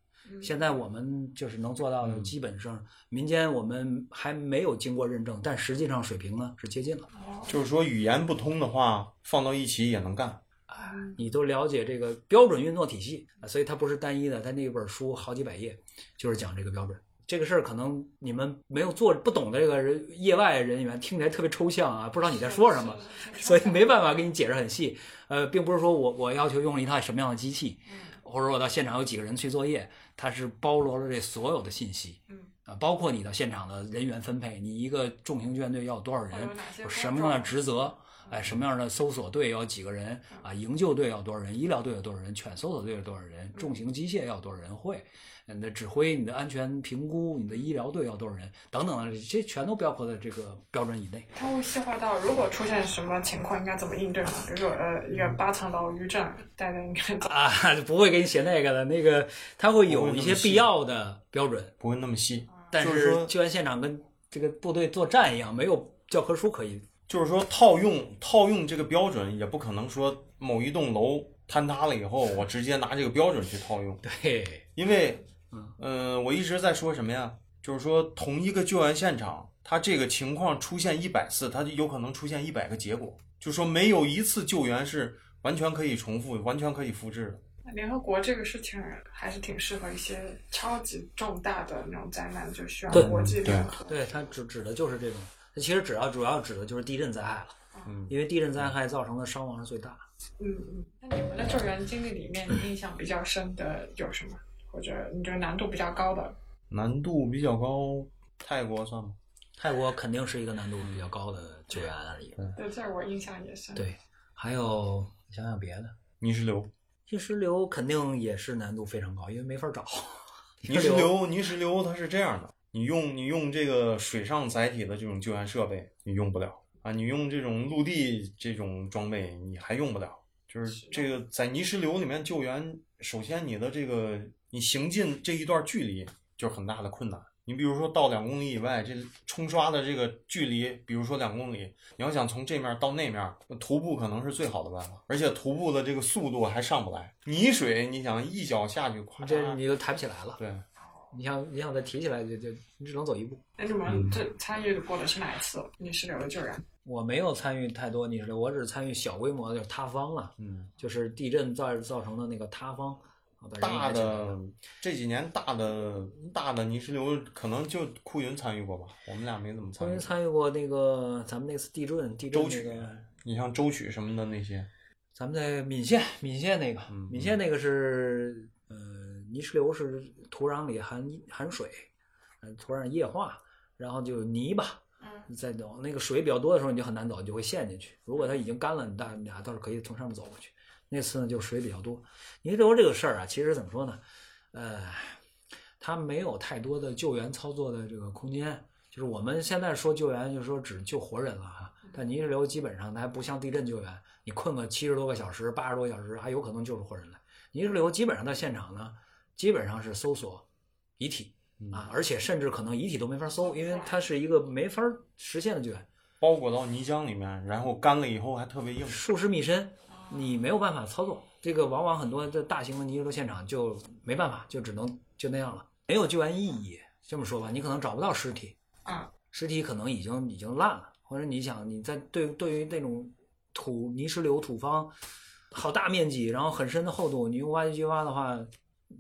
现在我们就是能做到的，
嗯
基本上民间我们还没有经过认证，但实际上水平呢是接近了。
哦
就是说语言不通的话，放到一起也能干。
嗯
你都了解这个标准运作体系，啊所以它不是单一的。它那本书好几百页，就是讲这个标准。这个事儿可能你们没有做不懂的这个人，业外人员听起来特别抽象啊，不知道你在说什么，，所以没办法给你解释很细。呃，并不是说我我要求用了一套什么样的机器，
嗯
或者我到现场有几个人去作业，它是包罗了这所有的信息。
嗯
啊，包括你到现场的人员分配，你一个重型救援队要有多少人
会有哪些，工嗯
什么样的
种
职责，哎，什么样的搜索队要几个人
嗯
啊，营救队要多少人，医疗队有多少人，犬搜索队有多少
嗯
人，重型机械要有多少人会，呃你的指挥、你的安全评估、你的医疗队要多少人等等，这些全都包括在这个标准以内。
它会细化到如果出现什么情况应该怎么应对嘛？比如说呃一个
嗯
八层楼余震，大家应该怎么？
啊，不会给你写那个的，那个它会
不
有
会
一
那么
些
细
必要的标准，
不会那么细，
但
就是是说
救援现场跟这个部队作战一样，没有教科书可以
就是说套用套用这个标准，也不可能说某一栋楼坍塌了以后，我直接拿这个标准去套用，
对。
因为
嗯，
呃，我一直在说什么呀？就是说同一个救援现场，它这个情况出现一百次，它就有可能出现一百个结果，就说没有一次救援是完全可以重复、完全可以复制的。
联合国这个事情还是挺适合一些超级重大的那种灾难，就需要
对嗯
国际联合。
对，它指指的就是这种，它其实主要主要指的就是地震灾害了，
嗯
因为地震灾害造成的伤亡是最大。
嗯嗯。那你们的救援经历里面，你印象比较深的有什么？或者你觉得难度比较高的？
难度比较高，泰国算吗？
泰国肯定是一个难度比较高的救援案例。
对，这我印象也深。
嗯对，还有想想别的，
泥石流，
泥石流肯定也是难度非常高，因为没法找。
泥石流，泥石流它是这样的，你用你用这个水上载体的这种救援设备，你用不了啊，你用这种陆地这种装备，你还用不了。就是这个在泥石流里面救援，首先你的这个你行进这一段距离就是很大的困难。你比如说到两公里以外，这冲刷的这个距离，比如说两公里，你要想从这面到那面，徒步可能是最好的办法，而且徒步的这个速度还上不来。泥水，你想一脚下去，咵
这
嚓，
你就抬不起来了，
对。
你想你想再提起来，就就你只能走一步。
那你
嗯
们这参与过的是哪一次泥石流的救援？
我没有参与太多泥石流，我只参与小规模的，就是塌方了，
嗯
就是地震造造成的那个塌方，啊把人
大
埋起来了
的这几年大的大的泥石流，可能就库云参与过吧，我们俩没怎么参
曾
与
经。参与过那个咱们那次地震，地震
周
那
曲
个，
你像周曲什么的那些，
咱们在岷县，岷县那个，
嗯
岷县那个是呃泥石流是土壤里含含水，呃土壤液化，然后就有泥巴
嗯，
在走，那个水比较多的时候你就很难走，你就会陷进去。如果它已经干了，你大你俩倒是可以从上面走过去。那次呢就水比较多，泥石流这个事儿啊，其实怎么说呢，呃，它没有太多的救援操作的这个空间。就是我们现在说救援，就是说只救活人了哈，但泥石流基本上它还不像地震救援，你困个七十多个小时、八十多个小时，还有可能救出活人来。泥石流基本上到现场呢，基本上是搜索遗体，啊，而且甚至可能遗体都没法搜，因为它是一个没法实现的救援，
包裹到泥浆里面，然后干了以后还特别硬。
数十米深，你没有办法操作。这个往往很多的大型的泥石流现场就没办法，就只能就那样了，没有救援意义。这么说吧，你可能找不到尸体，
啊，
尸体可能已经已经烂了，或者你想你在对对于那种土泥石流土方好大面积，然后很深的厚度，你用挖掘机挖的话，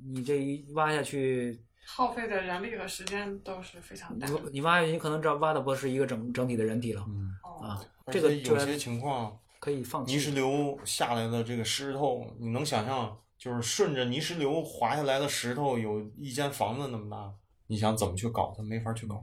你这一挖下去，
耗费的人力和时间都是非常大
你。你挖下去，你可能找挖的不是一个整整体的人体了
嗯，
哦，
啊，
而
这个
且
就
有
是
些情况，
可以放弃
泥石流下来的这个石头，你能想象，就是顺着泥石流滑下来的石头有一间房子那么大，你想怎么去搞它？没法去搞。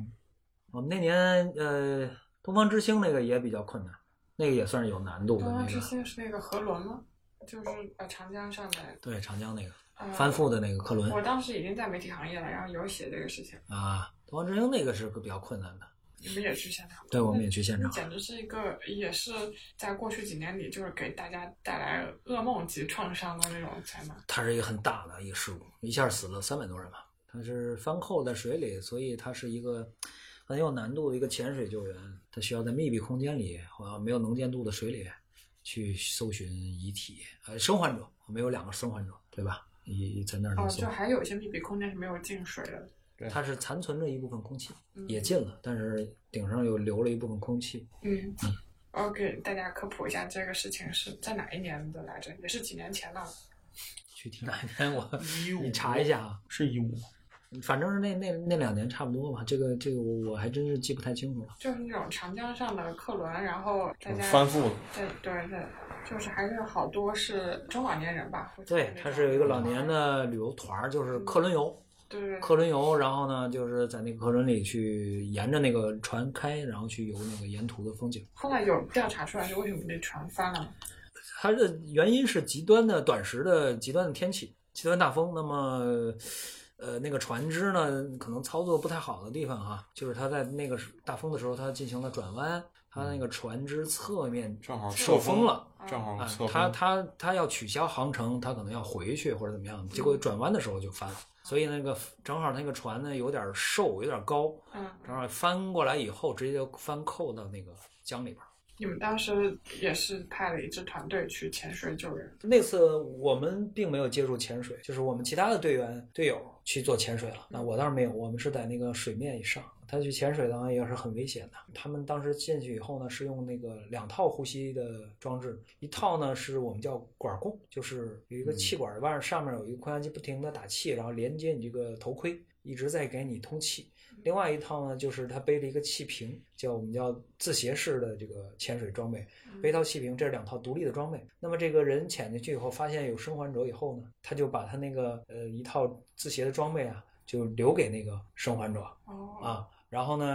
我哦们那年呃，东方之星那个也比较困难，那个也算是有难度的
东
那
方之
个。
星哦是那个河轮吗？就是呃长江上的、
对，长江那个
呃、
翻覆的那个客轮
我当时已经在媒体行业了，然后有写这个事情，
啊，东方之星那个是个比较困难的。
你们也去现场。
对，我们也去现
那
场
简直是一个，也是在过去几年里，就是给大家带来噩梦级创伤的那种灾难。
它是一个很大的一个事故，一下死了三百多人吧。它是翻扣在水里，所以它是一个很有难度的一个潜水救援，它需要在密闭空间里，好像没有能见度的水里去搜寻遗体，呃，生还者，我们有两个生还者，对吧？一在那儿
哦，
能搜
就，还有一些密闭空间是没有进水的。
它是残存着一部分空气，
嗯
也进了，但是顶上又留了一部分空气。
嗯，我给大家科普一下，这个事情是在哪一年的来着？也是几年前了。
具体哪一年 我
一五
你查一下啊，
是一五，
反正是那那那两年差不多吧。这个这个我我还真是记不太清楚了。
就是那种长江上的客轮，然后大家
翻覆了。
对对对，就是还是好多是中老年人吧。会去
对
那，
它
种
是有一个老年的旅游团儿，就是客轮游，
对对对
客轮游，然后呢，就是在那个客轮里去沿着那个船开，然后去游那个沿途的风景。
后来有调查出来是为什么那船翻了嘛？
它的原因是极端的短时的极端的天气，极端大风。那么，呃，那个船只呢，可能操作不太好的地方啊，就是它在那个大风的时候，它进行了转弯，它那个船只侧面
正好
侧
侧
风
风，
了。
正好
啊
侧，风。
它它它要取消航程，它可能要回去或者怎么样，结果转弯的时候就翻了，所以那个正好那个船呢有点瘦，有点高，
嗯，
正好翻过来以后直接就翻扣到那个江里边儿。
你们当时也是派了一支团队去潜水救人。
那次我们并没有接触潜水，就是我们其他的队员队友去做潜水了。那我倒是没有，我们是在那个水面以上。他去潜水当然也是很危险的。他们当时进去以后呢，是用那个两套呼吸的装置，一套呢是我们叫管供，就是有一个气管外上面有一个扩压机不停的打气，然后连接你这个头盔，一直在给你通气。另外一套呢，就是他背了一个气瓶，叫我们叫自携式的这个潜水装备，
嗯
背套气瓶，这是两套独立的装备。那么这个人潜进去以后，发现有生还者以后呢，他就把他那个呃一套自携的装备啊，就留给那个生还者
哦，
啊。然后呢，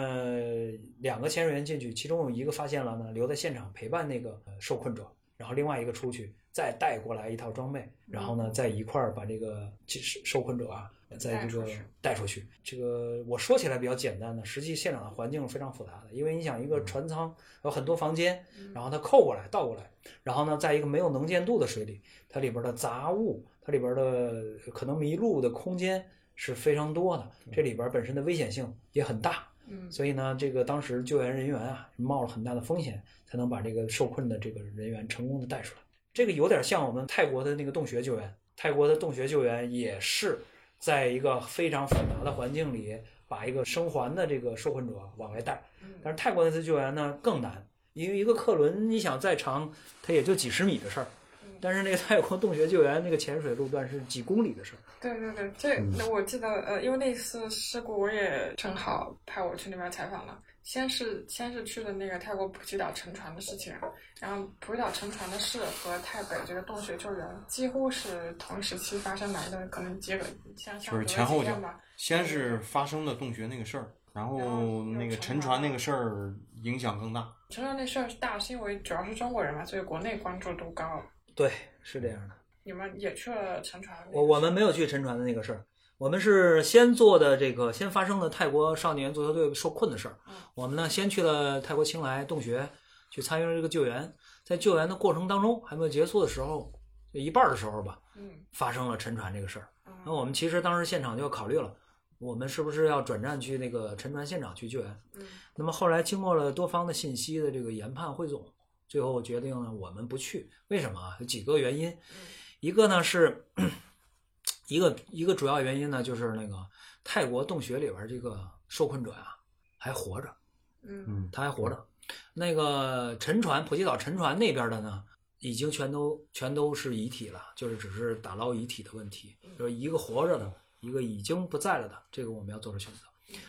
两个潜水员进去，其中有一个发现了呢，留在现场陪伴那个呃受困者，然后另外一个出去再带过来一套装
嗯
备，然后呢再一块儿把这个其实受困者啊。在这个
带出去
带出去，这个我说起来比较简单的，实际现场的环境是非常复杂的，因为你想一个船舱有很多房间，
嗯
然后它扣过来倒过来，然后呢，在一个没有能见度的水里，它里边的杂物，它里边的可能迷路的空间是非常多的，这里边本身的危险性也很大，
嗯，
所以呢，这个当时救援人员啊冒了很大的风险，才能把这个受困的这个人员成功的带出来。这个有点像我们泰国的那个洞穴救援，泰国的洞穴救援也是在一个非常复杂的环境里，把一个生还的这个受困者往外带。但是泰国那次救援呢更难，因为一个客轮你想再长，它也就几十米的事儿
嗯。
但是那个泰国洞穴救援那个潜水路段是几公里的事儿，
对对对，这
嗯
那我记得，呃，因为那次事故，我也正好派我去那边采访了。先是先是去的那个泰国普吉岛沉船的事情，然后普吉岛沉船的事和泰北这个洞穴救援几乎是同时期发生来的，可能结果相相
就是
隔
前后
几天
脚
吧。
先是发生的洞穴那个事儿，然
然后
后那
又
个
沉船
沉船那个事儿影响更大。
沉船那事儿是大，是因为主要是中国人嘛，所以国内关注度高。
对，是这样的。
你们也去了沉船？
我我们没有去沉船的那个事儿，我们是先做的这个，先发生了泰国少年足球队受困的事儿
嗯。
我们呢先去了泰国清莱洞穴去参与了这个救援，在救援的过程当中还没有结束的时候，就一半儿的时候吧，
嗯
发生了沉船这个事儿。
嗯
那我们其实当时现场就考虑了，我们是不是要转战去那个沉船现场去救援？
嗯
那么后来经过了多方的信息的这个研判汇总，最后决定呢，我们不去。为什么啊？有几个原因，一个呢是一个一个主要原因呢，就是那个泰国洞穴里边这个受困者啊还活着，
嗯
嗯，
他还活着。那个沉船普吉岛沉船那边的呢，已经全都全都是遗体了，就是只是打捞遗体的问题，就是一个活着的，一个已经不在了的，这个我们要做出选择。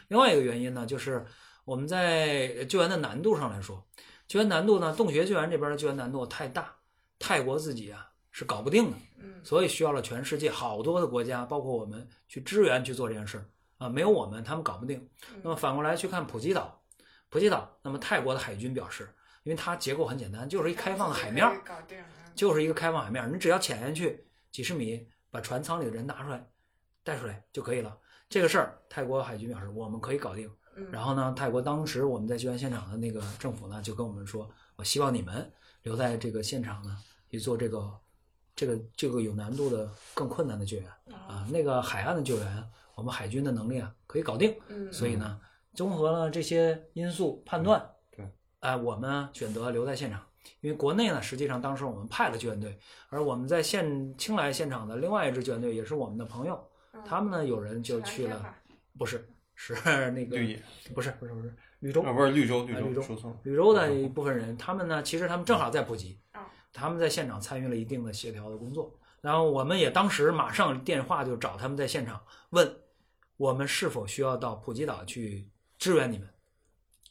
另外一个原因呢，就是我们在救援的难度上来说，救援难度呢，洞穴救援这边的救援难度太大，泰国自己啊是搞不定的，
嗯
所以需要了全世界好多的国家，包括我们去支援去做这件事儿啊，没有我们他们搞不定。那
嗯
么反过来去看普吉岛，普吉岛，那么泰国的海军表示，因为它结构很简单，就是一开放的海面儿，
搞定啊，
就是一个开放海面儿，你只要潜下去几十米，把船舱里的人拿出来，带出来就可以了。这个事儿，泰国海军表示我们可以搞定。
嗯
然后呢，泰国当时我们在救援现场的那个政府呢，就跟我们说，我希望你们留在这个现场呢，去做这个这个这个有难度的、更困难的救援
嗯
啊。那个海岸的救援，我们海军的能力啊可以搞定。
嗯，
所以呢，综合了这些因素判断，
嗯对，
哎、我们呢选择留在现场。因为国内呢，实际上当时我们派了救援队，而我们在现青莱现场的另外一支救援队也是我们的朋友，
嗯
他们呢有人就
蓝
去
天
了，
吧
不是，是那个
绿野
不是不是不是吕州，
啊，不是绿洲，
啊绿
绿
洲
洲，说错了。
吕州的一部分人，他们呢，其实他们正好在普吉
啊，
他们在现场参与了一定的协调的工作。然后我们也当时马上电话就找他们在现场问，我们是否需要到普吉岛去支援你们？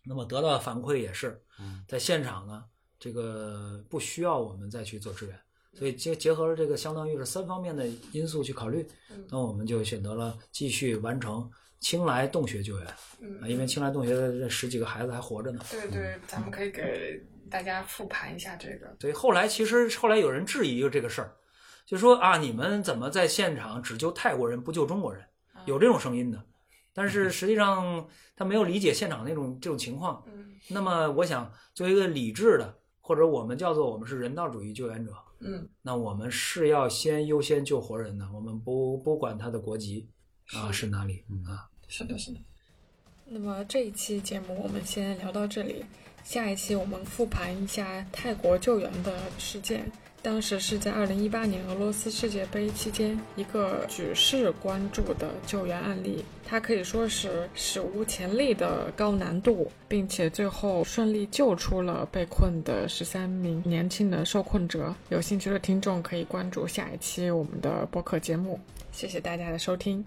那么得到的反馈也是
嗯，
在现场呢，这个不需要我们再去做支援。所以结结合了这个相当于是三方面的因素去考虑
嗯，
那我们就选择了继续完成青莱洞穴救援啊，
嗯，
因为青莱洞穴的这十几个孩子还活着呢。
对对，咱们可以给大家复盘一下这个，
所以后来其实后来有人质疑这个事儿，就说啊，你们怎么在现场只救泰国人不救中国人？有这种声音的。但是实际上他没有理解现场那种这种情况。
嗯
那么我想，作为一个理智的，或者我们叫做我们是人道主义救援者，
嗯
那我们是要先优先救活人的，我们不不管他的国籍啊是哪里
嗯
啊。
是的是的。那么这一期节目我们先聊到这里，下一期我们复盘一下泰国救援的事件。当时是在2018年俄罗斯世界杯期间，一个举世关注的救援案例，它可以说是史无前例的高难度，并且最后顺利救出了被困的十三名年轻的受困者。有兴趣的听众可以关注下一期我们的播客节目。谢谢大家的收听。